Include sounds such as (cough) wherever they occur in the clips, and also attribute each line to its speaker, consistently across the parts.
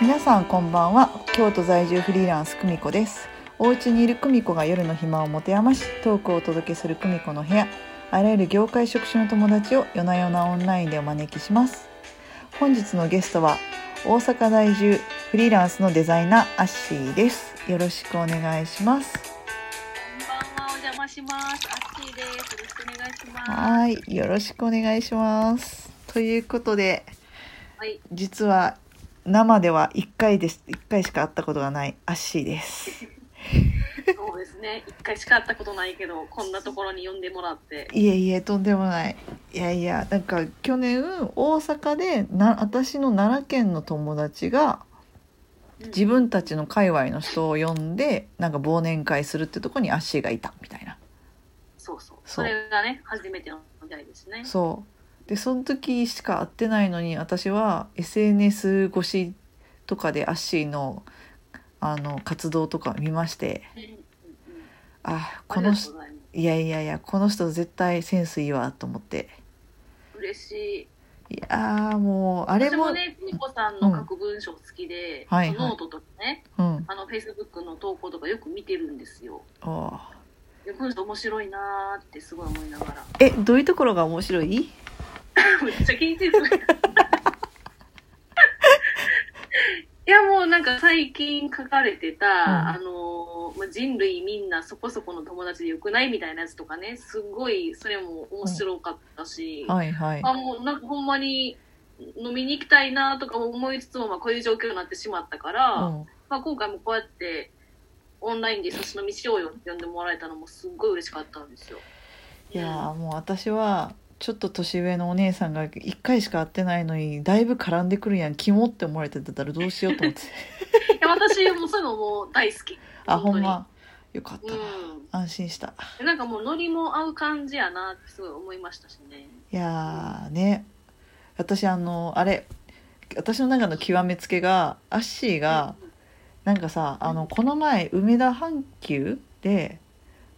Speaker 1: 皆さんこんばんは京都在住フリーランス久美子ですお家にいる久美子が夜の暇を持て余しトークをお届けする久美子の部屋あらゆる業界職種の友達を夜な夜なオンラインでお招きします本日のゲストは大阪在住フリーランスのデザイナーアッシーですよろしくお願いします
Speaker 2: こんばんは、お邪魔します。アッキーです。よろしくお願いします。は
Speaker 1: はいよろしくお願いしますということで
Speaker 2: い、
Speaker 1: 実は生では1回です1回しか会ったことがないアッシーです
Speaker 2: そうですね。一回しか会ったことないけど、こんなところに呼んでもらって。
Speaker 1: いえいえとんでもないいやいやなんか去年大阪でな私の奈良県の友達が
Speaker 2: うん
Speaker 1: 自分たちの界隈の人を呼んでなんか忘年会するってとこにアッシーがいたみたいな
Speaker 2: そうそう。
Speaker 1: そう
Speaker 2: それがね、初めての出会いですね。
Speaker 1: そうでその時しか会ってないのに私は SNS 越しとかでアッシーのあの活動とか見まして
Speaker 2: うんうんうん
Speaker 1: あ
Speaker 2: あ
Speaker 1: こ
Speaker 2: りが
Speaker 1: の
Speaker 2: とう
Speaker 1: 人
Speaker 2: ございま
Speaker 1: いやいやいやこの人絶対センスいいわと思って
Speaker 2: す。嬉しい。
Speaker 1: いやーもうあれ
Speaker 2: 私
Speaker 1: も
Speaker 2: もね、ピーコさんの書く文章好きで、
Speaker 1: はいはい
Speaker 2: ノートとかね、
Speaker 1: うん
Speaker 2: あの、フェイスブックの投稿とかよく見てるんですよ。
Speaker 1: おー
Speaker 2: でこの人面白いなーってすごい思いながら。
Speaker 1: えどういうところが面白い
Speaker 2: めっちゃ緊張する。いやもうなんか最近書かれてた、あのーまあ人類みんなそこそこの友達でよくないみたいなやつとかねすごいそれも面白かったし、
Speaker 1: はいはい
Speaker 2: あもうなんかほんまに飲みに行きたいなとか思いつつも、まあ、こういう状況になってしまったから、
Speaker 1: うん
Speaker 2: まあ、今回もこうやってオンラインで差し飲みしようよって呼んでもらえたのもすっごい嬉しかったんですよ。
Speaker 1: いやーもう私はちょっと年上のお姉さんが1回しか会ってないのにだいぶ絡んでくるやんキモって思われてたらどうしようと
Speaker 2: (laughs)
Speaker 1: 思って
Speaker 2: いや私もそういうのもう大好き。
Speaker 1: あほ
Speaker 2: 本当
Speaker 1: ん
Speaker 2: に
Speaker 1: まよかった、
Speaker 2: う
Speaker 1: 安心した
Speaker 2: ん、なんかもうノリも合う感じやなってすごい思いましたしね。
Speaker 1: いやーね私あのあれ私の中の極めつけがアッシーがなんかさあのこの前梅田阪急で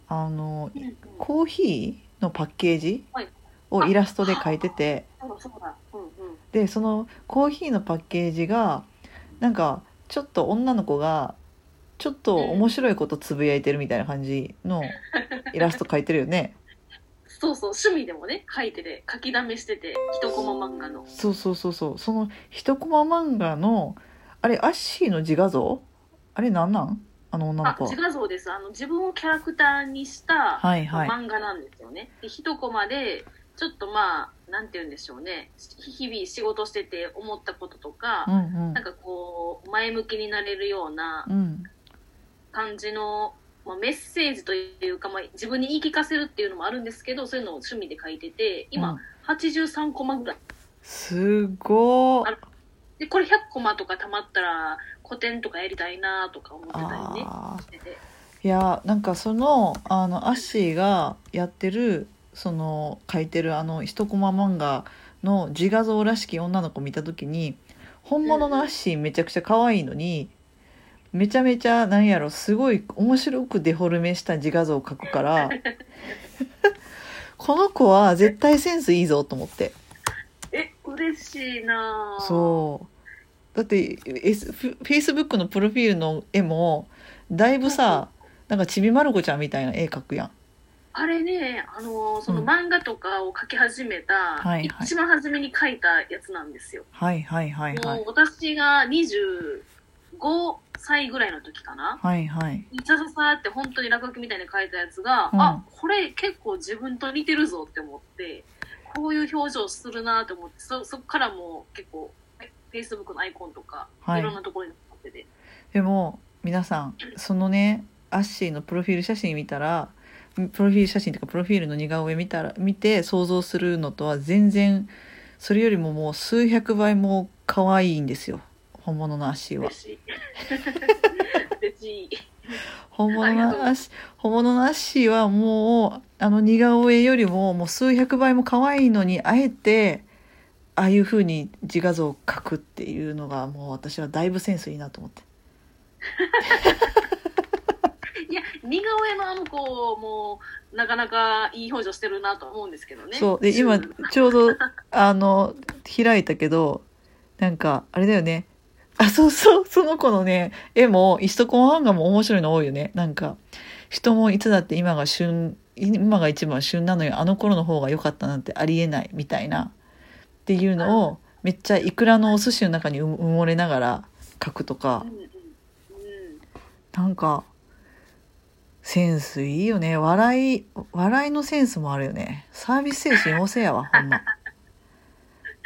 Speaker 1: あの
Speaker 2: うん、うん
Speaker 1: コーヒーのパッケージ
Speaker 2: はい
Speaker 1: をイラストで描いてて
Speaker 2: そうそうだ、うんうん、
Speaker 1: でそのコーヒーのパッケージがなんかちょっと女の子がちょっと面白いことつぶやいてるみたいな感じのイラスト描いてるよね
Speaker 2: そうそう趣味でもね書いてて書きだめしてて一コマ漫画の
Speaker 1: そうそうそうそうその一コマ漫画のあれアッシーの自画像あれなんなんあの女の
Speaker 2: あ
Speaker 1: 子
Speaker 2: 自画像ですあの自分をキャラクターにした
Speaker 1: はいはい
Speaker 2: 漫画なんですよね、で一コマでちょっとまあなんて言うんでしょうね日々仕事してて思ったこととか、
Speaker 1: うんうん
Speaker 2: なんかこう前向きになれるような
Speaker 1: うん
Speaker 2: 感じの、まあ、メッセージというか、まあ、自分に言い聞かせるっていうのもあるんですけどそういうのを趣味で書いてて今、
Speaker 1: うん
Speaker 2: 83コマぐらい
Speaker 1: すごー
Speaker 2: あでこれ100コマとかたまったら古典とかやりたいなとか思ってたりね
Speaker 1: あー
Speaker 2: してて
Speaker 1: いやなんかそのあのアッシーがやってるその描いてるあの一コマ漫画の自画像らしき女の子見た時に本物のアッシーめちゃくちゃ可愛いのにめちゃめちゃなんやろすごい面白くデフォルメした自画像を描くから (laughs) この子は絶対センスいいぞと思って
Speaker 2: え嬉しいなぁ
Speaker 1: そうだって S フェイスブックのプロフィールの絵もだいぶさなんかちびまる子ちゃんみたいな絵描くやん。
Speaker 2: あれねあのーその
Speaker 1: うん
Speaker 2: 漫画とかを描き始めた、
Speaker 1: はいはい
Speaker 2: 一番初めに描いたやつなんですよ、
Speaker 1: はいはいはいはい
Speaker 2: もう私が25歳ぐらいの時かな、
Speaker 1: はいはい
Speaker 2: さささって本当に落書きみたいに書いたやつが、
Speaker 1: うん
Speaker 2: あこれ結構自分と似てるぞって思ってこういう表情するなと思ってそそこからもう結構フェイスブックのアイコンとか、
Speaker 1: はい
Speaker 2: い、ろんなところに載ってて
Speaker 1: でも皆さんそのねアッシーのプロフィール写真見たらプロフィール写真というかプロフィールの似顔絵見たら見て想像するのとは全然それよりももう数百倍も可愛いんですよ本物のアッシーは
Speaker 2: 嬉しい (laughs) 嬉しい
Speaker 1: 本物
Speaker 2: ありがとう
Speaker 1: のアッシー本物のアッシーはもうあの似顔絵よりももう数百倍も可愛いのにあえてああいう風に自画像を描くっていうのがもう私はだいぶセンスいいなと思って
Speaker 2: いや似顔絵のあの子もなかなかいい表情してるなと思うんですけどね
Speaker 1: そうで今
Speaker 2: ん
Speaker 1: ちょうどあの開いたけどなんかあれだよねあ、そうそう、その子のね、絵も、イストコン漫画も面白いの多いよね。なんか、人もいつだって今が旬、今が一番旬なのに、あの頃の方が良かったなんてありえないみたいな、っていうのを、めっちゃイクラのお寿司の中に埋埋もれながら描くとか
Speaker 2: うん、うん
Speaker 1: なんか、センスいいよね。笑い、笑いのセンスもあるよね。サービス精神旺盛やわ、ほんま。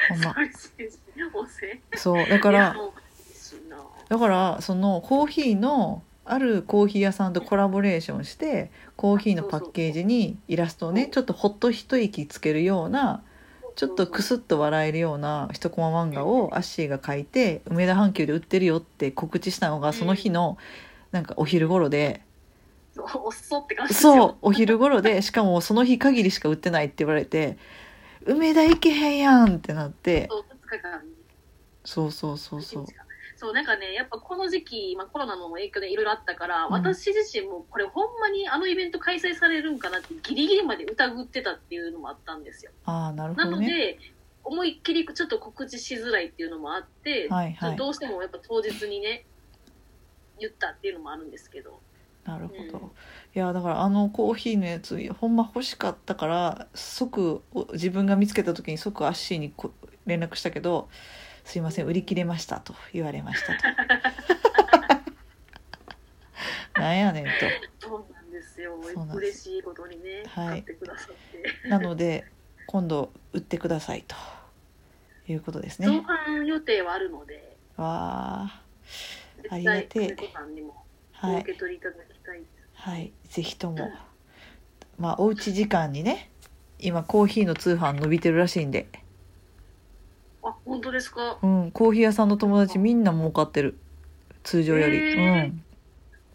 Speaker 1: ほん
Speaker 2: (laughs)
Speaker 1: ま。
Speaker 2: うん。おせ。
Speaker 1: そう、だか
Speaker 2: いや
Speaker 1: ら、
Speaker 2: もういいっすな
Speaker 1: だからそのコーヒーのあるコーヒー屋さんとコラボレーションしてコーヒーのパッケージにイラストをね
Speaker 2: そう
Speaker 1: ちょっとほっと一息つけるようなちょっとクスッと笑えるような一コマ漫画をアッシーが書いて梅田阪急で売ってるよって告知したのがその日のなんかお昼頃で
Speaker 2: おっそって感じですよ
Speaker 1: そうお昼頃でしかもその日限りしか売ってないって言われて梅田行けへんやんってなって
Speaker 2: そう二日間
Speaker 1: そうそうそうそう
Speaker 2: そうなんかねやっぱこの時期、まあ、コロナの影響でいろいろあったから、
Speaker 1: うん
Speaker 2: 私自身もこれほんまにあのイベント開催されるんかなってギリギリまで疑ってたっていうのもあったんですよ
Speaker 1: ああなるほ
Speaker 2: な
Speaker 1: ど
Speaker 2: の
Speaker 1: ね
Speaker 2: で思いっきりちょっと告知しづらいっていうのもあって、
Speaker 1: はいはい
Speaker 2: どうしてもやっぱ当日にね言ったっていうのもあるんですけど
Speaker 1: なるほど、
Speaker 2: うん
Speaker 1: いやだからあのコーヒーのやつほんま欲しかったから即お自分が見つけた時に即アッシーにこ連絡したけど「すいません売り切れました」と言われま
Speaker 2: (laughs)
Speaker 1: したと。なんやねんと。
Speaker 2: そうなんですよ
Speaker 1: そうなんで
Speaker 2: 嬉
Speaker 1: す
Speaker 2: しいことにね、
Speaker 1: はい
Speaker 2: 買ってくださって、
Speaker 1: なので今度売ってくださいということです
Speaker 2: 造
Speaker 1: ね。
Speaker 2: 反予定はあるので
Speaker 1: わああり
Speaker 2: 絶
Speaker 1: が
Speaker 2: 対
Speaker 1: てえ
Speaker 2: 金子さんにもお
Speaker 1: は
Speaker 2: 受
Speaker 1: い
Speaker 2: け取りいただきたい、
Speaker 1: はいぜひともまあおうち時間にね今コーヒーの通販伸びてるらしいんで、
Speaker 2: あ本当ですか
Speaker 1: うん、コーヒー屋さんの友達みんな儲かってる通常より。
Speaker 2: へ
Speaker 1: う
Speaker 2: ー
Speaker 1: ん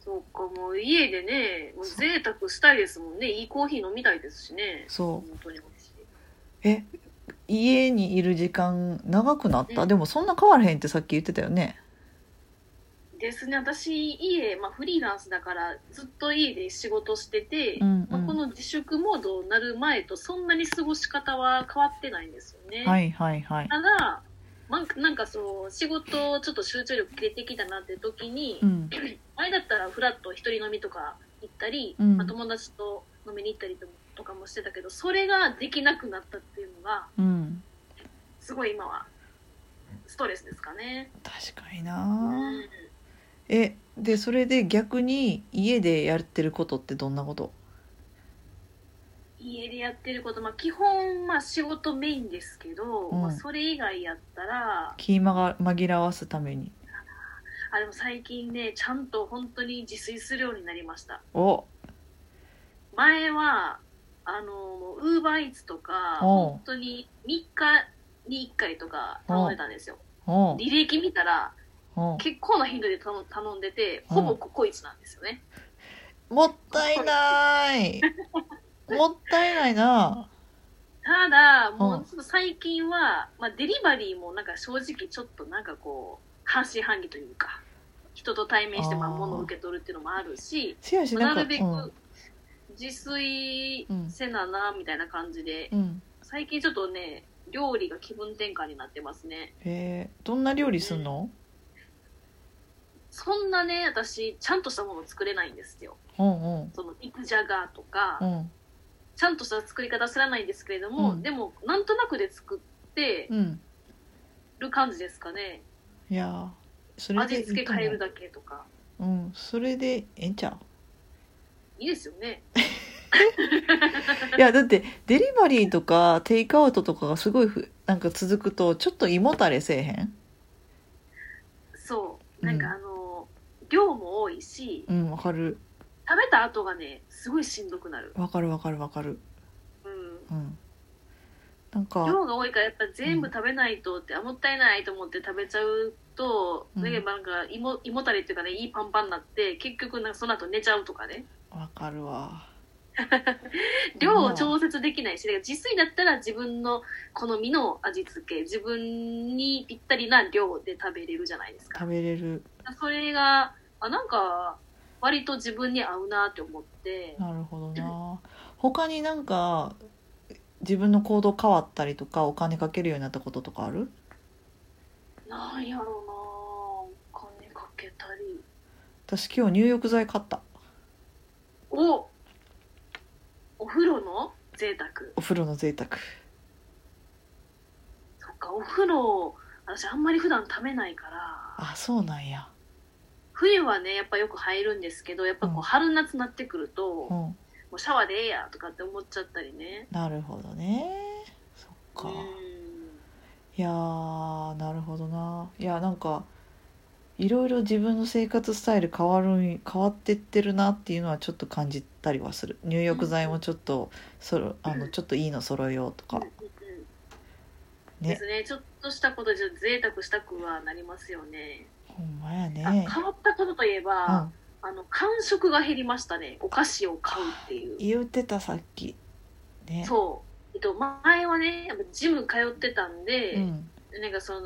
Speaker 2: そうかもう家でねもう
Speaker 1: そう
Speaker 2: 贅沢したいですもんねいいコーヒー飲みたいですしね
Speaker 1: そ
Speaker 2: 本
Speaker 1: う
Speaker 2: 当に美味しい
Speaker 1: え家にいる時間長くなった、
Speaker 2: うん
Speaker 1: でもそんな変わらへんってさっき言ってたよね
Speaker 2: ですね私家、まあ、フリーランスだからずっと家で仕事してて、
Speaker 1: うんうん
Speaker 2: まあ、この自粛モードになる前とそんなに過ごし方は変わってないんですよね、
Speaker 1: はいはいはい
Speaker 2: ただ、まあ、なんかその仕事ちょっと集中力切れてきたなって時に、
Speaker 1: うん
Speaker 2: 前だったらフラッと一人飲みとか行ったり、
Speaker 1: うん
Speaker 2: まあ、友達と飲みに行ったりととかもしてたけどそれができなくなったっていうのが
Speaker 1: うん
Speaker 2: すごい今はストレスですかね。
Speaker 1: 確かに
Speaker 2: う
Speaker 1: なんえでそれで逆に家でやってることってどんなこと
Speaker 2: 家でやってること、まあ、基本、まあ、仕事メインですけど、
Speaker 1: うん
Speaker 2: まあ、それ以外やったら
Speaker 1: 気まが紛らわすために
Speaker 2: あでも最近ねちゃんと本当に自炊するようになりました
Speaker 1: お
Speaker 2: 前はあのウーバーイーツとか
Speaker 1: おう
Speaker 2: 本当に3日に1回とか頼んでたんですよ
Speaker 1: お
Speaker 2: 履歴見たら
Speaker 1: お
Speaker 2: 結構な頻度で頼頼んでて
Speaker 1: うん
Speaker 2: ほぼココイチなんですよね
Speaker 1: もったいない
Speaker 2: (laughs)
Speaker 1: もったいないな
Speaker 2: ただも
Speaker 1: うん
Speaker 2: うちょっと最近は、まあ、デリバリーもなんか正直ちょっとなんかこう半信半疑というか人と対面してまあ
Speaker 1: あー
Speaker 2: 物を受け取るっていうのもあるし
Speaker 1: せやし
Speaker 2: ま
Speaker 1: な
Speaker 2: あ
Speaker 1: んか
Speaker 2: なるべく
Speaker 1: うん
Speaker 2: 自炊せななみたいな感じで、
Speaker 1: うん
Speaker 2: 最近ちょっとね料理が気分転換になってますね
Speaker 1: えー、どんな料理すんの、
Speaker 2: そんなね私ちゃんとしたもの作れないんですよ
Speaker 1: うんうん
Speaker 2: その肉じゃがとか、
Speaker 1: うん
Speaker 2: ちゃんとした作り方は知らないんですけれど
Speaker 1: う
Speaker 2: も、
Speaker 1: ん
Speaker 2: でもなんとなくで作って
Speaker 1: うん
Speaker 2: る感じですかね
Speaker 1: いやーそれでい
Speaker 2: 味
Speaker 1: いと思
Speaker 2: 付
Speaker 1: う
Speaker 2: け変えるだけとか
Speaker 1: うんそれでええんちゃ
Speaker 2: いいですよね
Speaker 1: ういやだってデリバリーとかテイクアウトとかがすごいふなんか続くとちょっと胃もたれせえへん
Speaker 2: そ
Speaker 1: う
Speaker 2: うなんんかあの、量も多いし
Speaker 1: うんわかる
Speaker 2: 食べた後がねすごいしんどくなる、
Speaker 1: わかるわかるわかる
Speaker 2: うん、
Speaker 1: うんなんか
Speaker 2: 量が多いからやっぱ全部食べないとって、あもったいないと思って食べちゃうと、
Speaker 1: うん
Speaker 2: だけどなんか胃も胃もたれっていうかねいいパンパンになって結局なんかその後寝ちゃうとかね
Speaker 1: わかるわ
Speaker 2: 量を調節できないし、だから自炊だったら自分の好みの味付け、自分にぴったりな量で食べれるじゃないですか。
Speaker 1: 食べれる
Speaker 2: それが、あ、なんか、割と自分に合うなって思って、
Speaker 1: なるほどな他になんか自分の行動変わったりとかお金かけるようになったこととかある
Speaker 2: なんやろけたり。
Speaker 1: 私今日入浴剤買った
Speaker 2: おお風呂の贅沢。
Speaker 1: お風呂の贅沢
Speaker 2: そっか、お風呂、私あんまり普段溜めないから、
Speaker 1: あそうなんや
Speaker 2: 冬はね、やっぱよく入るんですけど、やっぱこ
Speaker 1: うん
Speaker 2: う春夏になってくると、
Speaker 1: う
Speaker 2: も
Speaker 1: ん
Speaker 2: うシャワーでええやとかって思っちゃったりね。
Speaker 1: なるほどねそっか、
Speaker 2: うん
Speaker 1: いやーなるほどないやなんかいろいろ自分の生活スタイル変わるん変わってってるなっていうのはちょっと感じたりはする入浴剤もちょっとそろあのちょっといいの揃えようとかね
Speaker 2: ですねちょっとしたことじゃ贅沢したくはなりますよね
Speaker 1: ほんまや
Speaker 2: あ
Speaker 1: ね
Speaker 2: 変わったことといえ
Speaker 1: う
Speaker 2: ば、
Speaker 1: ん
Speaker 2: あの間食が減りましたねお菓子を買うっていう
Speaker 1: 言ってたさっきね
Speaker 2: そう、えっと、前はねやっぱジム通ってたんで、
Speaker 1: うん
Speaker 2: なんかその、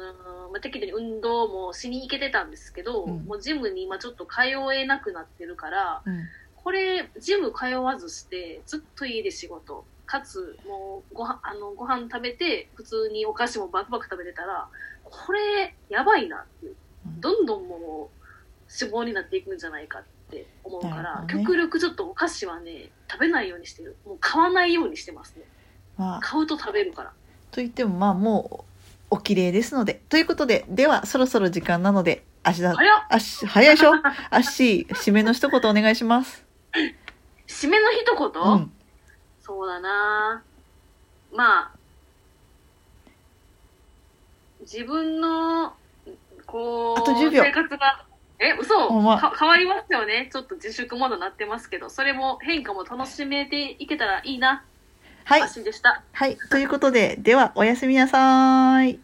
Speaker 2: まあ、適度に運動もしに行けてたんですけど、
Speaker 1: うん
Speaker 2: もうジムに今ちょっと通えなくなってるから
Speaker 1: うん
Speaker 2: これジム通わずしてずっと家で仕事かつもうごはあのご飯食べて普通にお菓子もバクバク食べてたらこれやばいなっていう
Speaker 1: うん
Speaker 2: どんどんもう脂肪になっていくんじゃないかって思うか
Speaker 1: なる
Speaker 2: ら、
Speaker 1: ほどね
Speaker 2: 極力ちょっとお菓子はね食べないようにしてるもう買わないようにしてますね
Speaker 1: まあ
Speaker 2: 買うと食べるから
Speaker 1: と言ってもまあもうお綺麗ですのでということでではそろそろ時間なので足だ
Speaker 2: あれは
Speaker 1: 足早いでしょ (laughs) 足締めの一言お願いします
Speaker 2: 締めの一
Speaker 1: う
Speaker 2: 言、
Speaker 1: ん
Speaker 2: そうだなまあ自分のこう
Speaker 1: あと10秒
Speaker 2: 生活がえ嘘
Speaker 1: ほんま
Speaker 2: か変わりますよねちょっと自粛モードになってますけどそれも変化も楽しめていけたらいいな、
Speaker 1: はい
Speaker 2: 発信でした
Speaker 1: はいということでではおやすみなさーい